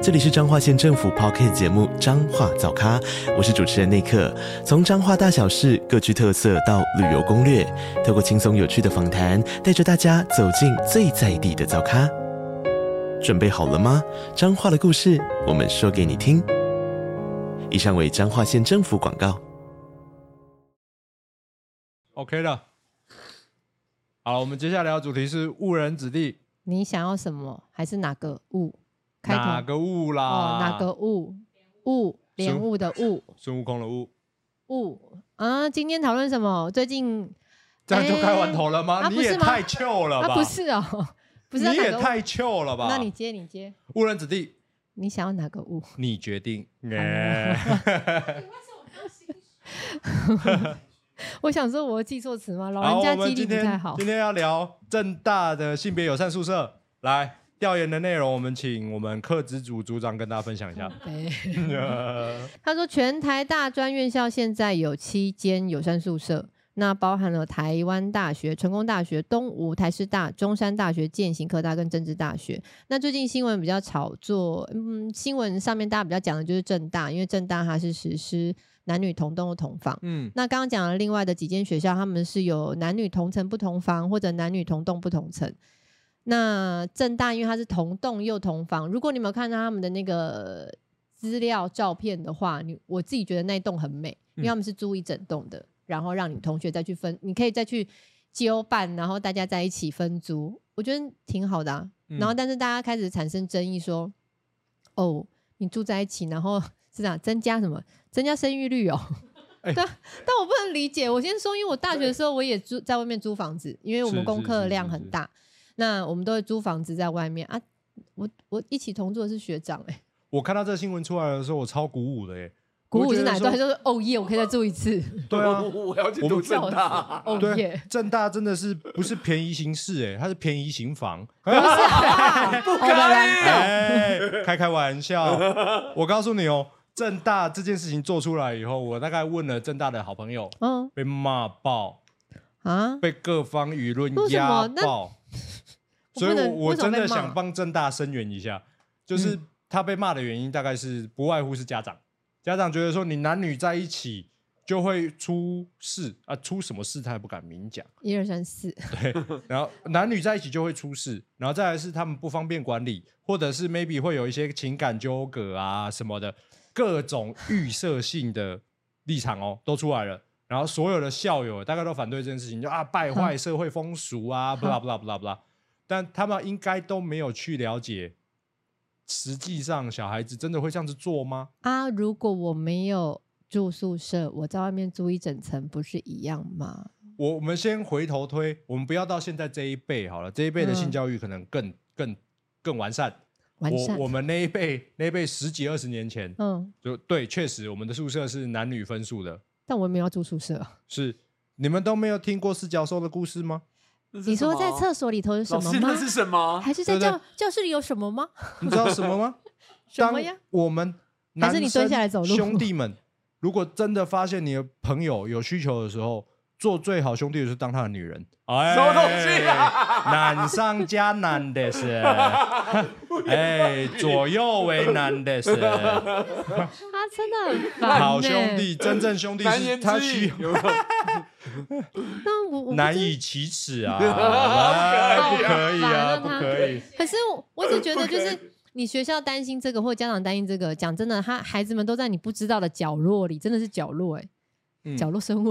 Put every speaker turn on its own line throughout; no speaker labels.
这里是彰化县政府 p o c k t 节目《彰化早咖》，我是主持人内克。从彰化大小事各具特色到旅游攻略，透过轻松有趣的访谈，带着大家走进最在地的早咖。准备好了吗？彰化的故事，我们说给你听。以上为彰化县政府广告。
OK 的。好，我们接下来的主题是误人子弟，
你想要什么？还是哪个物？开头
哪个误啦？
哦，哪个物？物莲雾的雾
孙悟空的悟？
物啊！今天讨论什么？最近
这样就开完头了吗？
啊
你
不是
也
吗
太糗了吧？
啊，不是哦，不是
你也
哪个物
太糗了吧？
那你接，你接，
误人子弟，
你想要哪个物？
你决定。
哎
哎
我想说，我记错词吗？
然
老
后
人
我
家
们
记忆
今
力不太
天
好
今。天要聊正大的性别友善宿舍，来调研的内容，我们请我们课职组组长跟大家分享一 下。
对，他说全台大专院校现在有七间友善宿舍，那包含了台湾大学、成功大学、东吴、台师大、中山大学、建行科大跟政治大学。那最近新闻比较炒作，嗯，新闻上面大家比较讲的就是正大，因为正大它是实施男女同栋的同房。
嗯，
那刚刚讲了另外的几间学校，他们是有男女同层不同房，或者男女同栋不同层。那正大因为它是同栋又同房，如果你没有看到他们的那个资料照片的话，你我自己觉得那一栋很美，因为他们是租一整栋的，然后让你同学再去分，你可以再去交办，然后大家在一起分租，我觉得挺好的啊。
嗯
然后但是大家开始产生争议说，哦，你住在一起，然后是啊，增加什么？增加生育率哦。
哎
对， 但我不能理解。我先说，因为我大学的时候我也租在外面租房子，因为我
是
们功
是
课
是
量
是
很
是
大，那我们都会租房子在外面啊。我我一起同住的是学长哎、
我看到这个新闻出来的时候，我超鼓舞的耶。
鼓
我
舞
觉
是
得
哪一
说
段？就是哦耶，我可以再住一 次，
对啊，
嗯我要去
我们
读正大。
哦
对
耶，
正大真的是不是便宜行事哎、它是便宜行 房。
啊不可以。
哎，开开玩笑，我告诉你哦，正大这件事情做出来以后，我大概问了正大的好朋友，
嗯
被骂爆，
啊，
被各方舆论
为什
压
么那
爆，
我
所以我
不能
我
为什么
真
被
的
骂嗯
想帮正大声援一下，就是他被骂的原因大概是不外乎是家长，家长觉得说你男女在一起就会出事啊，出什么事他也不敢明讲。
一二三四，
然后男女在一起就会出事，然后再来是他们不方便管理，或者是 maybe 会有一些情感纠葛啊什么的，各种预设性的立场哦都出来了。然后所有的校友大概都反对这件事情，就啊败坏社会风俗啊，不啦不啦不啦不啦。但他们应该都没有去了解，实际上小孩子真的会这样子做吗？
啊，如果我没有住宿舍，我在外面租一整层，不是一样吗？
我我们先回头推，我们不要到现在这一辈好了，这一辈的性
嗯
教育可能更更更完善，
完善
我。我们那一辈那一辈十几二十年前，
嗯，
就对，确实我们的宿舍是男女分宿的，
但我也没有要住宿舍。
是你们都没有听过四角兽的故事吗？
你说在
测
厕所里头是什
老
么
师
吗
那？是什么？
还是在
对对
教教室里有什么吗？
你知道什么 吗？
什
当
么呀？
我们
还
男
是你蹲下来走路
生兄弟们，如果真的发现你的朋友有需求的时候，做最好兄弟的是当他的女人。哎
什么东 西啊
难上加难的是，哎，左右为难的 是。
啊，真的很烦、
好兄。弟，真正兄弟
难
是
言
他
之
需
隐
要。
有没有
但我我不
难
知
以启齿 啊！
好
哎
可
不
以
可以啊，
啊
不可以。
可是我我只觉得就是。你学校担心这个，或者家长担心这个，讲真的，他孩子们都在你不知道的角落里，真的是角落哎、
嗯
角落生物。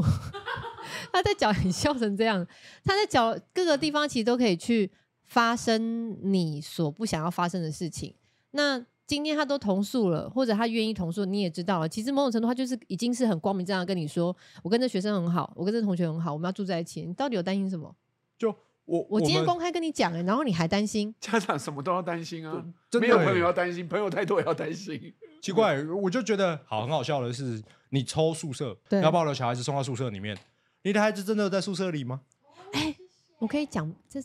他在角，你笑成这样，他在角各个地方其实都可以去发生你所不想要发生的事情。那今天他都同宿了，或者他愿意同宿，你也知道了。其实某种程度，他就是已经是很光明正大地跟你说，我跟这学生很好，我跟这同学很好，我们要住在一起。你到底有担心什么？
就我
我今天
们
公开跟你讲了，然后你还担心。
家长什么都要担心啊，
真的
没有
耶
朋友要担心，朋友太多也要担心。
奇怪，我就觉得好很好笑的是，你抽宿舍，
对
要把我的小孩子送到宿舍里面，你的孩子真的有在宿舍里吗？
哎我可以讲，这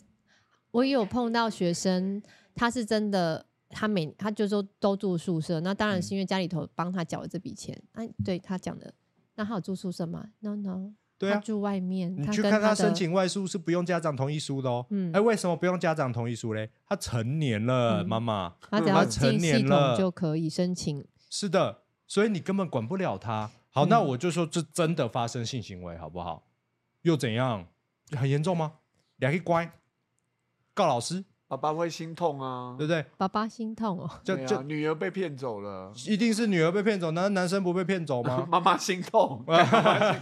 我也有碰到学生，他是真的，他每他就说都住宿舍，那当然
嗯
是因为家里头帮他缴了这笔钱。哎、对他讲的，那他有住宿舍吗？No No，
对
他
啊，
住外面，
你
他
去
跟
看
他
他
的
申请外宿是不用家长同意书的哦。
嗯
哎，为什么不用家长同意书嘞？他成年了，
嗯
妈妈。
他只
嗯
要
他
成
进
年
系统
了
就可以申请。
是的，所以你根本管不了他。好，那
嗯
我就说这真的发生性行为，好不好？又怎样？很严重吗？两个乖，告老师，
爸爸会心痛啊
对，不对？
爸爸心痛哦，
就
对啊
就
女儿被骗走了，
一定是女儿被骗走，难道男生不被骗走 吗？
妈妈心痛，妈妈心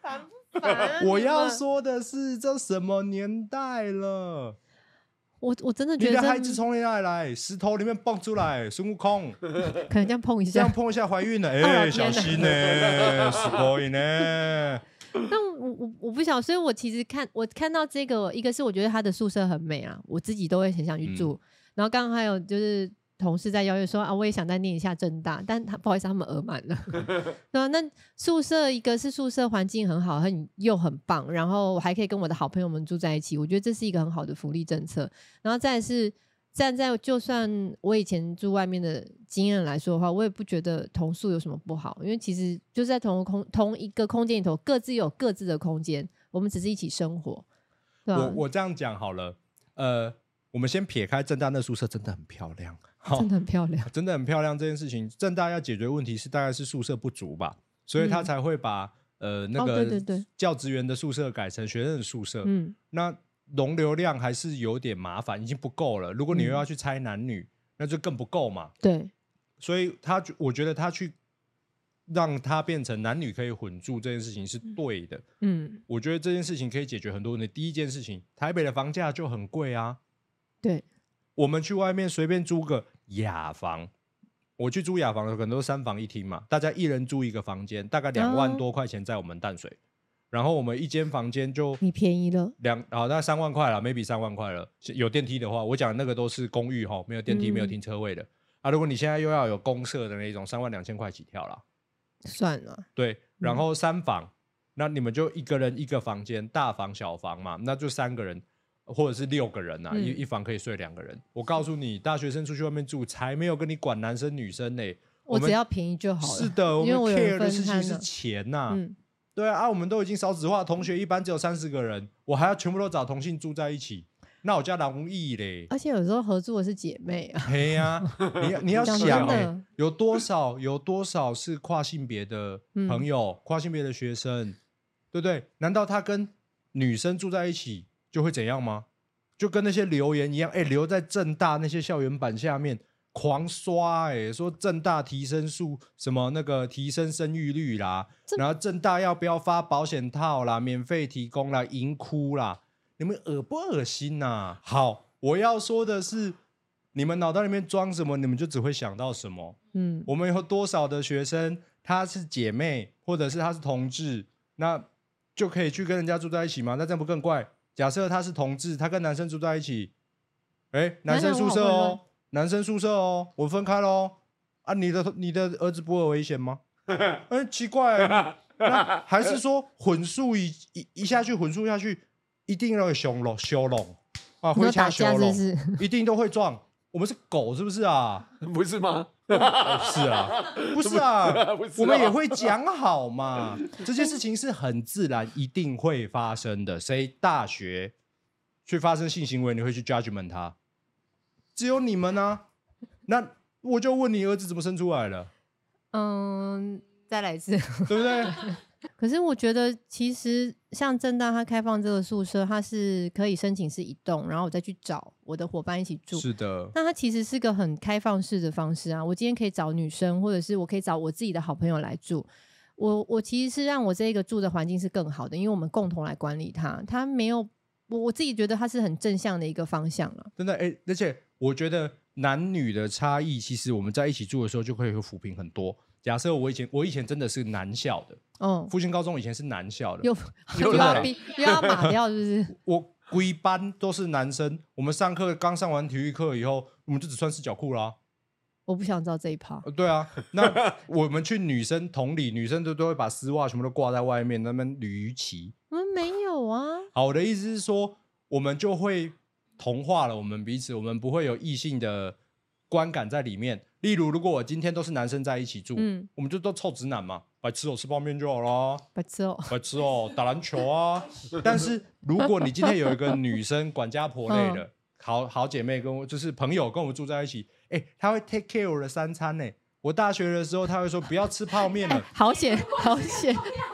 烦不烦
我要，说的是，这什么年代了？
我我真的
你
觉得
的孩子
这
从哪里来？石头里面蹦出来，孙悟空，
可能这样碰一
这样
下。
碰一下怀 孕了，哎、
哎呦
小
天哪
心呢、 欸，死婆呢。
但我我我不晓得，所以我其实看我看到这个，一个是我觉得他的宿舍很美啊，我自己都会很想去
嗯
住。然后刚刚还有就是同事在邀约说啊，我也想再念一下正大，但他不好意思，他们额满了。对啊，那宿舍一个是宿舍环境很好，很又很棒，然后我还可以跟我的好朋友们住在一起，我觉得这是一个很好的福利政策。然后再来是站在就算我以前住外面的经验来说的话，我也不觉得同宿有什么不好，因为其实就是在同个空同一个空间里头，各自有各自的空间，我们只是一起生活，对啊吧、
我我这样讲好了，呃，我们先撇开正大那宿舍真的很漂亮，好
真的很漂亮，
真的很漂亮这件事情，正大要解决问题是大概是宿舍不足吧，所以他
嗯
才会把、呃那
哦
个
对对对
教职员的宿舍改成学生的宿舍，
嗯，
那容流量还是有点麻烦，已经不够了。如果你
嗯
又要去拆男女，那就更不够嘛。
对，
所以他就我觉得他去让他变成男女可以混住这件事情是对的，
嗯，
我觉得这件事情可以解决很多问题。第一件事情，台北的房价就很贵啊，
对，
我们去外面随便租个雅房，我去租雅房的时候可能都是三房一厅嘛，大家一人租一个房间，大概两万
哦
多块钱在我们淡水，然后我们一间房间就
你便宜了，
两好，那三万块了，maybe 三万块了。是有电梯的话，我讲那个都是公寓哈，没有电梯，没有
嗯
停车位的啊。如果你现在又要有公社的那种，三万两千块起跳啦。
算了，
对，然
嗯
后三房，那你们就一个人一个房间，大房小房嘛，那就三个人或者是六个人啊，一
嗯
一房可以睡两个人。我告诉你，大学生出去外面住，才没有跟你管男生女生呢、
我
们
只要便宜就好了，
是 的，我
因为
们
我有
care
人
的
分
事情
摊
是
了，
钱呐、
嗯，
对啊，啊我们都已经少子化，同学一般只有三十个人，我还要全部都找同性住在一起，那我家容易嘞。
而且有时候合作的是姐妹啊，
嘿呀、 你你要
讲
想、
真
欸
的，
有多少有多少是跨性别的朋友、
嗯
跨性别的学生，对不对？难道他跟女生住在一起就会怎样吗？就跟那些留言一样，哎、留在正大那些校园版下面狂刷、欸，哎，说正大提升数什么那个提升生育率啦，
这
然后正大要不要发保险套啦，免费提供啦，淫哭啦，你们恶不恶心呐、好，我要说的是，你们脑袋里面装什么，你们就只会想到什么。
嗯，
我们有多少的学生，她是姐妹，或者是她是同志，那就可以去跟人家住在一起吗？那这样不更怪？假设她是同志，她跟男生住在一起，哎、男生宿舍
男生我好混
哦，男生宿舍哦，我分开喽。啊，你的你的儿子不会有危险 吗？嗯、奇怪、那还是说混宿一一一下去混宿下去，一定要有熊龙修龙啊，
你
会
说
掐
打
修
架是
龙，
不是？
一定都会撞。我们是狗是不是 啊？
痛， 不是吗？
哦是啊，不是啊，
不是
我
啊
们也会讲好嘛。这件事情是很自然，一定会发生的。谁大学去发生性行为，你会去 judgment 他？只有你们啊。那我就问你，儿子怎么生出来了，
嗯，再来一次。
对不对？
可是我觉得，其实像正大它开放这个宿舍，它是可以申请是一栋，然后我再去找我的伙伴一起住。
是的，
那它其实是个很开放式的方式啊。我今天可以找女生，或者是我可以找我自己的好朋友来住。我我其实是让我这个住的环境是更好的，因为我们共同来管理它。它没有我我自己觉得它是很正向的一个方向啊了。
真的哎、而且我觉得男女的差异，其实我们在一起住的时候就可以有抚平很多。假设我以前我以前真的是男校的，
哦，
复兴高中以前是男校的，
又又
又来
要逼又要码掉，是不是？
我规班都是男生，我们上课刚上完体育课以后，我们就只穿四角裤啦。
我不想知道这一趴。
呃对啊，那 我们去女生同理，女生都都会把丝袜全部都挂在外面，那边捋齐。
我们没有啊，
好，我的意思是说，我们就会同化了我们彼此，我们不会有异性的观感在里面。例如，如果我今天都是男生在一起住，
嗯
我们就都臭直男嘛，白吃哦，吃泡面就好啦，
白痴哦。
白吃哦，打篮球啊。但是如果你今天有一个女生管家婆类的，好好姐妹跟我就是朋友跟我住在一起，哎、她会 take care 我的三餐呢、我大学的时候，她会说不要吃泡面了。
哎好险，好险！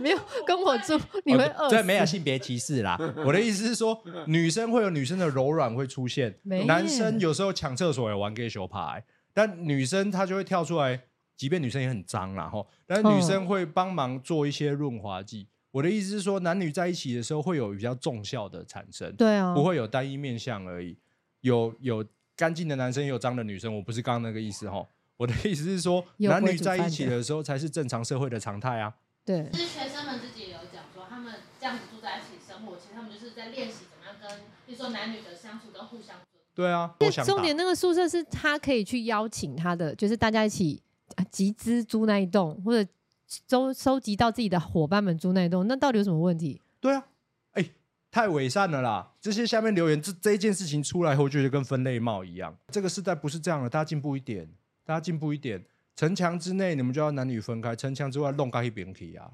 没有跟我住，你会饿
哦
死。
这没有性别歧视啦。 我的意思是说，女生会有女生的柔软会出现
没有，
男生有时候抢厕所也玩 gay 球牌、欸但女生她就会跳出来，即便女生也很脏啦吼，但
嗯
是女生会帮忙做一些润滑剂。我的意思是说，男女在一起的时候会有比较重效的产生，
对啊，
不会有单一面相而已。有有干净的男生，也有脏的女生，我不是刚刚那个意思吼。我的意思是说，
有
男
不会
女
煮
在一
饭
起
的
的时候才是正常社会的常态啊。
对
其实学生们自己也有讲说，他们这样子住在一起生活，其实他们就是在练习怎么样跟，比如说男女的相处跟互相尊重。
对啊，
但
多想打
重点那个宿舍是他可以去邀请他的，就是大家一起啊集资租那一栋，或者收收集到自己的伙伴们租那一栋，那到底有什么问题？
对啊，哎、太伪善了啦！这些下面留言，这这一件事情出来后，觉得跟分类帽一样。这个时代不是这样的，大家进步一点，大家进步一点。城墙之内，你们就要男女分开；城墙之外，弄开一边去啊。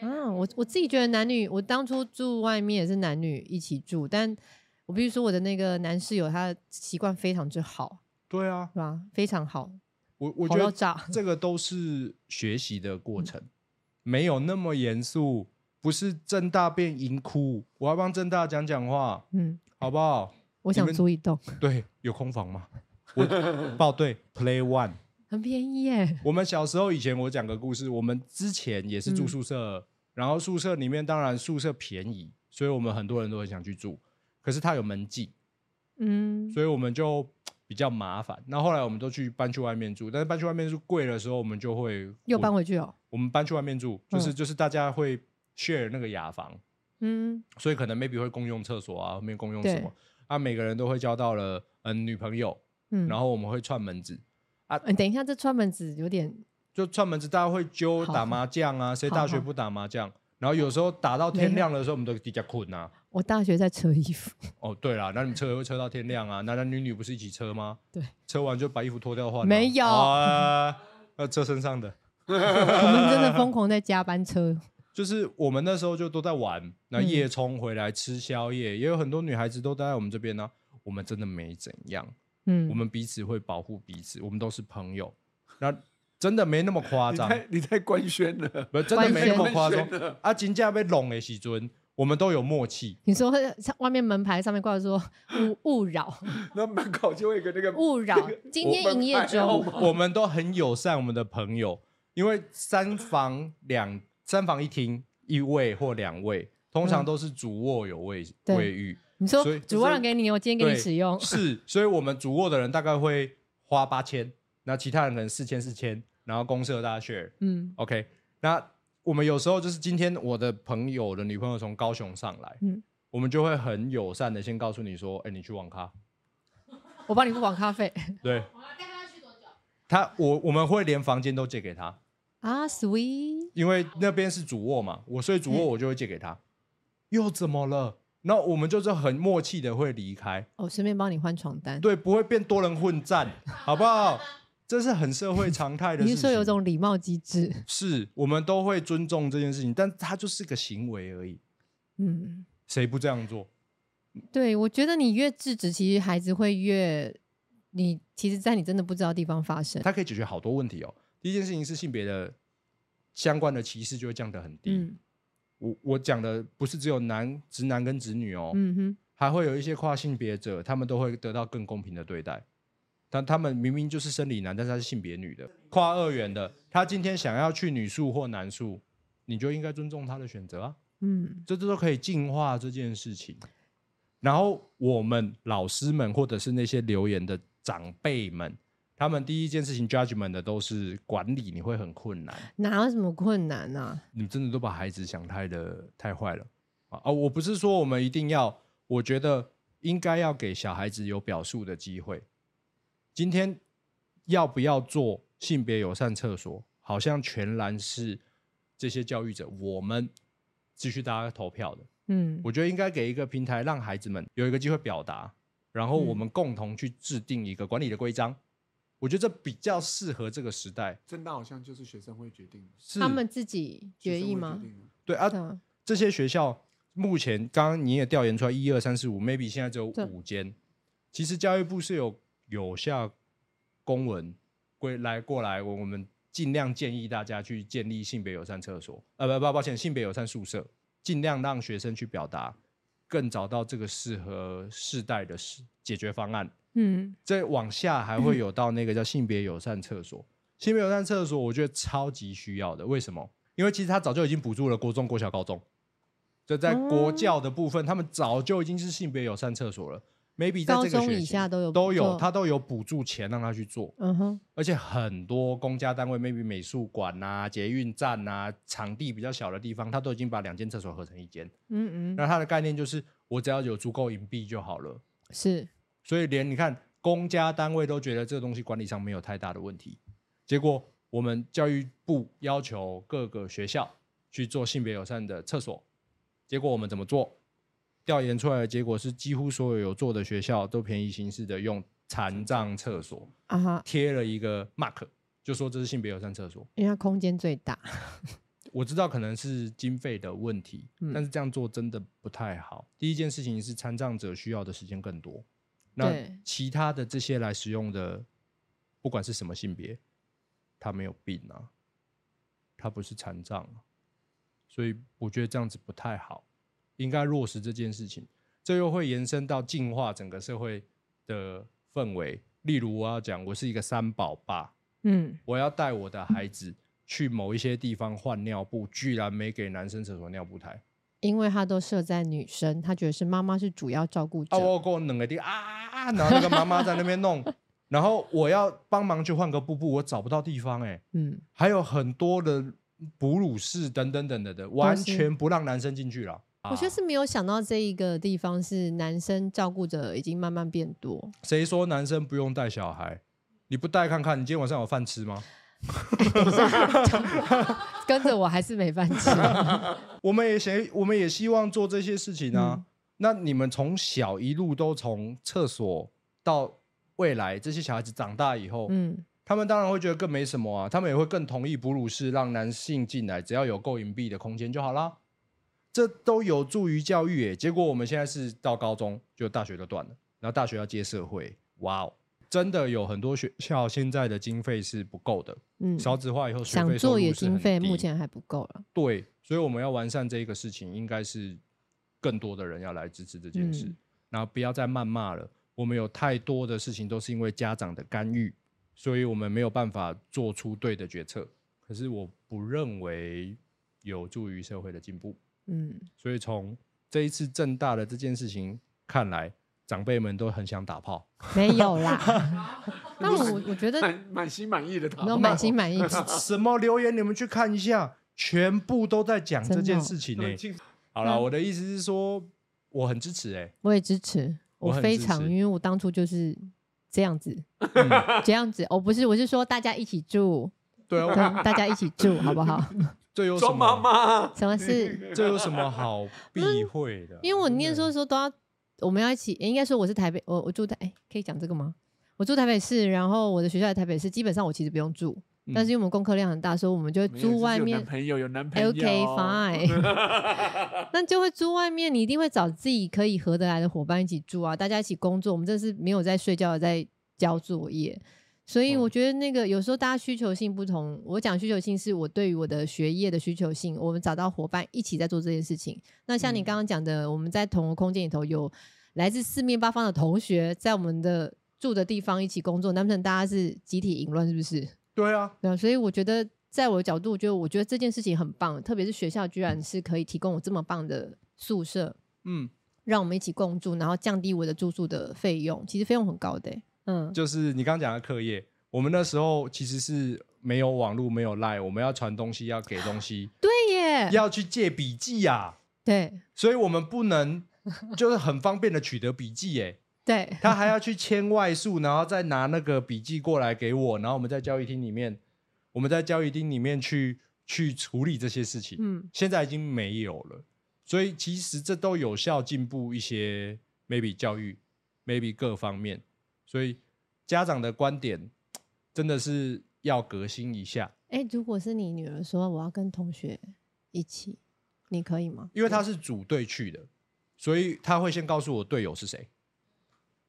啊，我我自己觉得男女，我当初住外面也是男女一起住，但我必须说我的那个男室友他的习惯非常之好，
对啊，
是吧？非常好，
我我
好
觉
到
得
炸。
这个都是学习的过程，没有那么严肃。不是正大变淫窟，我要帮正大讲讲话，
嗯，
好不好？
我想
们
租一栋，
对，有空房吗？我 报对，Play One。
很便宜耶。
我们小时候以前我讲个故事，我们之前也
嗯
是住宿舍，然后宿舍里面当然宿舍便宜，所以我们很多人都很想去住，可是它有门禁，
嗯，
所以我们就比较麻烦。那后来我们都去搬去外面住，但是搬去外面住贵的时候，我们就会
又搬
我
回去哦。
我们搬去外面住，就是、
嗯
就是大家会 share 那个雅房，
嗯，
所以可能 maybe 会共用厕所啊，后面共用什
对
么，啊每个人都会交到了嗯、呃女朋友，
嗯，
然后我们会串门子，
嗯，等一下，这串门子有点
就串门子，大家会揪
好
打麻将啊，谁大
好
学
好
不打麻将？然后有时候打到天亮的时候，我们都比较困啊。
我大学在扯衣服，
哦，对啦，那你们车也会车到天亮啊，男男女女不是一起车吗？
对，
车完就把衣服脱掉换啊。
没有
啊，那车身上的，
我们真的疯狂在加班车。
就是我们那时候就都在玩，那
嗯
夜冲回来吃宵夜，也有很多女孩子都待在我们这边呢、我们真的没怎样，
嗯，
我们彼此会保护彼此，我们都是朋友，那真的没那么夸
你
张。
太你太官宣了，
不，真的没那么夸张
官宣了。
啊，金价被拢的时阵，我们都有默契。
你说像外面门牌上面挂着说勿勿扰，
那门口就会有个那个
勿扰，今天营业中。
我们都很友善我们的朋友，因为三房两三房一厅一位或两位，通常
嗯
都是主卧有卫
对
卫浴，
你说
所以
主卧让给你，我今天给
对，
你使用。
是，所以我们主卧的人大概会花八千，那其他人可能四千四千，然后公社大学
嗯
OK，那我们有时候就是今天我的朋友的女朋友从高雄上来，
嗯
我们就会很友善的先告诉你说，哎、你去网咖，
我帮你付网咖费
对
我要带他去多久？
他，我我们会连房间都借给他，
啊，sweet。
因为那边是主卧嘛，我睡主卧
嗯
我就会借给他，又怎么了？那我们就是很默契的会离开，
我哦顺便帮你换床单。
对，不会变多人混战，好不好？这是很社会常态的
你
事
是说
情。
有种礼貌机制？
是我们都会尊重这件事情，但它就是个行为而已，
嗯，
谁不这样做？
对，我觉得你越制止，其实孩子会越你，其实，在你真的不知道的地方发生。
它可以解决好多问题哦。第一件事情是性别的相关的歧视就会降得很低。
嗯
我我讲的不是只有男直男跟直女哦，
嗯哼，
还会有一些跨性别者，他们都会得到更公平的对待。但他们明明就是生理男，但是他是性别女的，跨二元的，他今天想要去女宿或男宿，你就应该尊重他的选择啊。
嗯
这这都可以净化这件事情。然后我们老师们或者是那些留言的长辈们，他们第一件事情 judgment 的都是管理，你会很困难。
哪有什么困难啊？
你们真的都把孩子想太的太坏了啊！啊，我不是说我们一定要，我觉得应该要给小孩子有表述的机会。今天要不要做性别友善厕所，好像全然是这些教育者我们继续大家投票的。
嗯
我觉得应该给一个平台，让孩子们有一个机会表达，然
嗯
后我们共同去制定一个管理的规章。我觉得这比较适合这个时代。
真的好像就是学生会决定的，
是
他们自己决
学
议
生会
吗
决？定的
对啊
对，啊，
这些学校目前刚刚你也调研出来一二三四五，maybe 现在只有
对
五间。其实教育部是有有下公文归来过来，我我们尽量建议大家去建立性别友善厕所，呃，不不，抱歉，性别友善宿舍，尽量让学生去表达，更找到这个适合世代的事解决方案。
嗯
再往下还会有到那个叫性别友善厕所。性别友善厕所，我觉得超级需要的。为什么？因为其实他早就已经补助了国中、国小、高中，就在国
哦
教的部分，他们早就已经是性别友善厕所了。maybe 在这
高
个
中
学
以
期
下都有补
都有，
助
他都有补助钱让他去做，
嗯哼，
而且很多公家单位，maybe 美术馆呐、捷运站呐、场地比较小的地方，他都已经把两间厕所合成一间。
嗯嗯，
那它的概念就是，我只要有足够银币就好了。
是
所以连你看公家单位都觉得这个东西管理上没有太大的问题，结果我们教育部要求各个学校去做性别友善的厕所，结果我们怎么做？调研出来的结果是，几乎所有有做的学校都便宜行事的用残障厕所
啊哈，
贴了一个 mark，就说这是性别友善厕所。
因为它空间最大，
我知道可能是经费的问题，
嗯
但是这样做真的不太好。第一件事情是残障者需要的时间更多，那
对
其他的这些来使用的，不管是什么性别，他没有病啊，他不是残障啊、所以我觉得这样子不太好，应该落实这件事情。这又会延伸到净化整个社会的氛围。例如，我要讲，我是一个三宝爸，
嗯
我要带我的孩子去某一些地方换尿布，居然没给男生厕所尿布台。
因为它都设在女生，她觉得是妈妈是主要照顾者
啊，，我给我冷个地啊啊啊！然后那个妈妈在那边弄，然后我要帮忙去换个布布，我找不到地方哎、
嗯，
还有很多的哺乳室等等等等的，完全不让男生进去了。
我觉得
啊
是没有想到这一个地方是男生照顾者已经慢慢变多，
谁说男生不用带小孩？你不带看看，你今天晚上有饭吃吗？
跟着我还是没饭 吃。
我们也希我们也希望做这些事情
嗯
啊。那你们从小一路都从厕所到未来，这些小孩子长大以后，
嗯，
他们当然会觉得更没什么啊，他们也会更同意哺乳室让男性进来，只要有够隐蔽的空间就好啦。这都有助于教育诶。结果我们现在是到高中，就大学就断了，然后大学要接社会，哇哦！真的有很多学校现在的经费是不够的，
嗯，
少子化以后学
想
费收
做
入
也
是很
经费
低
目前还不够了。
对，所以我们要完善这一个事情，应该是更多的人要来支持这件事，
嗯
然后不要再谩骂了。我们有太多的事情都是因为家长的干预，所以我们没有办法做出对的决策。可是我不认为有助于社会的进步，
嗯，
所以从这一次正大的这件事情看来，长辈们都很想打炮。
没有 啦。但我我觉得
满满心满意的他，
没有满心满意，
什么留言你们去看一下，全部都在讲这
真的嗯
件
哦
事情呢、欸
对进
好了，我的意思是说，我很支持哎、
我也支持，
我
我
很
非
支
常，
持
因为我当初就是这样子，
嗯
这样子。哦，不是，我是说大家一起住，
对
哦
对
啊，
大家一起 住好不好？
这有什
装妈
么？
妈，
什么事？
这有什么 好避讳的？
因为我念书的时候都要，我们要一起，应该说我是台北，我我住台，哎、可以讲这个吗？我住台北市，然后我的学校在台北市，基本上我其实不用住，
嗯
但是因为我们功课量很大，所以我们就会
没有
租外
就是有男
面。
朋友有男朋友
OK fine，那就会租外面，你一定会找自己可以合得来的伙伴一起住啊，大家一起工作。我们这是没有在睡觉，在交作业，所以
嗯
我觉得那个有时候大家需求性不同。我讲需求性是我对于我的学业的需求性，我们找到伙伴一起在做这件事情。那像你刚刚讲的，我们在同一个空间里头有来自四面八方的同学，在我们的住的地方一起工作，难不成大家是集体淫乱？是不是？
对啊，
对啊，所以我觉得，在我的角度，我觉得我觉得这件事情很棒，特别是学校居然是可以提供我这么棒的宿舍，
嗯，
让我们一起共住，然后降低我的住宿的费用，其实费用很高的欸、嗯，
就是你刚刚讲的课业，我们那时候其实是没有网络，没有赖，我们要传东西，要给东 西，
对耶，
要去借笔记啊，
对，
所以我们不能就是很方便的取得笔记哎、
对，
他还要去签外宿，然后再拿那个笔记过来给我，然后我们在交易厅里面，我们在交易厅里面去去处理这些事情。
嗯，
现在已经没有了，所以其实这都有效进步一些，maybe 教育，maybe 各方面，所以家长的观点真的是要革新一下，
哎，如果是你女儿说我要跟同学一起，你可以吗？
因为他是组队去的，所以他会先告诉我队友是谁。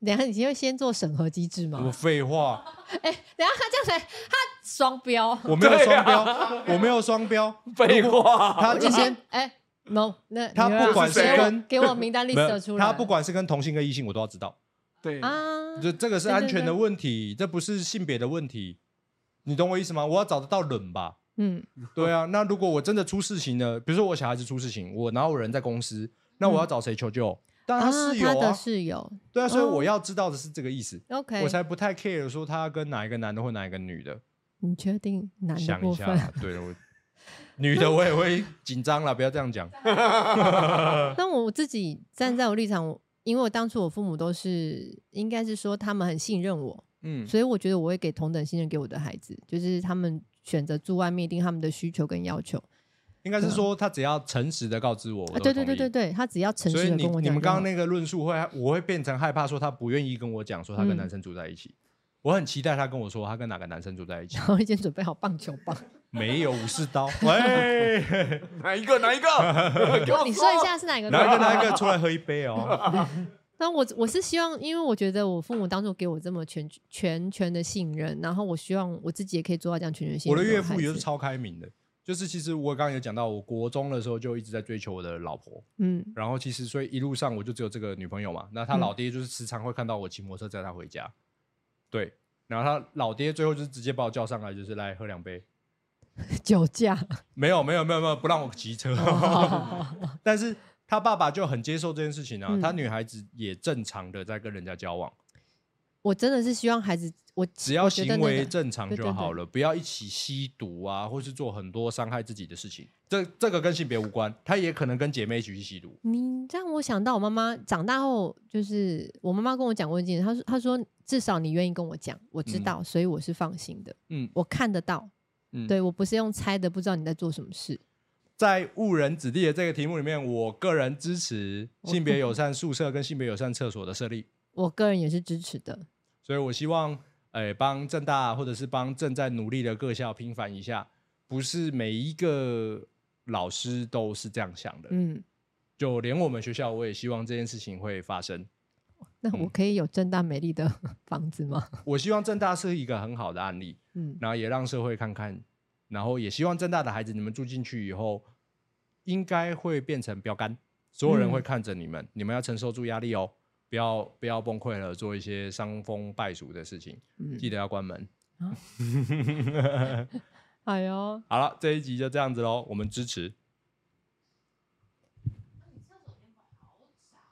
等一下你就先做审核机制
我
吗？
废话，
哎，等一下他这样才他双标，
我没有双标，
对啊
我没有双标。
废话，
他
我
今
就
天
先哎。no，那
他
女儿啊
不管
是
给我
跟
给我名单 list
没有
了出来，
他不管是跟同性跟异性，我都要知道。
对，
啊，
这这个是
对
安
对
全的
对
问题，这不是性别的问题，你懂我意思吗？我要找得到人吧。
嗯，
对啊，那如果我真的出事情了，比如说我小孩子出事情，我哪有人在公司？那我要找谁求救？当然他室
嗯他
友啊，
的室友
对啊，所以我
哦
要知道的是这个意思，
，OK，
我才不太 care 说他跟哪一个男的或哪一个女的。
你确定男的
想一
部
下
分？
啦，对我女的我也会紧张啦，不要这样讲。
但我自己站在我立场，我因为我当初我父母都是，应该是说他们很信任我，
嗯，
所以我觉得我会给同等信任给我的孩子，就是他们选择住外面，一定他们的需求跟要求。
应该是说他只要诚实的告知我，我
啊，
都
对对对
同
对
意。
对，他只要诚
所
实
以
的
你
跟我讲
你
就好。
们刚刚那个论述会，我会变成害怕说他不愿意跟我讲说他跟
嗯
男生住在一起。我很期待他跟我说他跟哪个男生住在一起，
然后已经准备好棒球棒，
没有武士刀，喂，
哪一个？哪一 个？给我
你说一下是哪个？
哪一个哪一个出来喝一杯哦，
那我我是希望，因为我觉得我父母当初给我这么全全全的信任，然后我希望我自己也可以做到这样全全信
我
任。
的岳父也是
超，
超开明的，就是其实我刚刚有讲到，我国中的时候就一直在追求我的老婆，
嗯
然后其实所以一路上我就只有这个女朋友嘛。那他
嗯
老爹就是时常会看到我骑摩托车载她回家，对。然后他老爹最后就是直接把我叫上来，就是来喝两杯。
酒驾，
没有没有没有没有，不让我骑车。但是他爸爸就很接受这件事情啊，
嗯
他女孩子也正常的在跟人家交往，
我真的是希望孩子，我
只要
我觉得
行
那
为
个
正常
对对
就
对
好了，不要一起吸毒啊，或是做很多伤害自己的事情。这这个跟性别无关，他也可能跟姐妹一起去吸毒。
你让我想到我妈妈长大后，就是我妈妈跟我讲过一件事，她说她说至少你愿意跟我讲，我知
嗯
道，所以我是放心的，
嗯
我看得到，
嗯，
对我不是用猜的，不知道你在做什么事。
在误人子弟的这个题目里面，我个人支持性别友善宿舍跟性别友善厕所的设立，
我个人也是支持的，
所以我希望，诶、帮正大或者是帮正在努力的各校平反一下，不是每一个老师都是这样想的，
嗯，
就连我们学校，我也希望这件事情会发生。
那
嗯
我可以有正大美丽的 房子吗？
我希望正大是一个很好的案例，
嗯，
然后也让社会看看，然后也希望正大的孩子，你们住进去以后，应该会变成标杆，所有人会看着你们，你们要承受住压力哦，不要不要崩溃了，做一些伤风败俗的事情，
嗯
记得要关门。
哎呦，哎
好了，这一集就这样子喽，我们支持。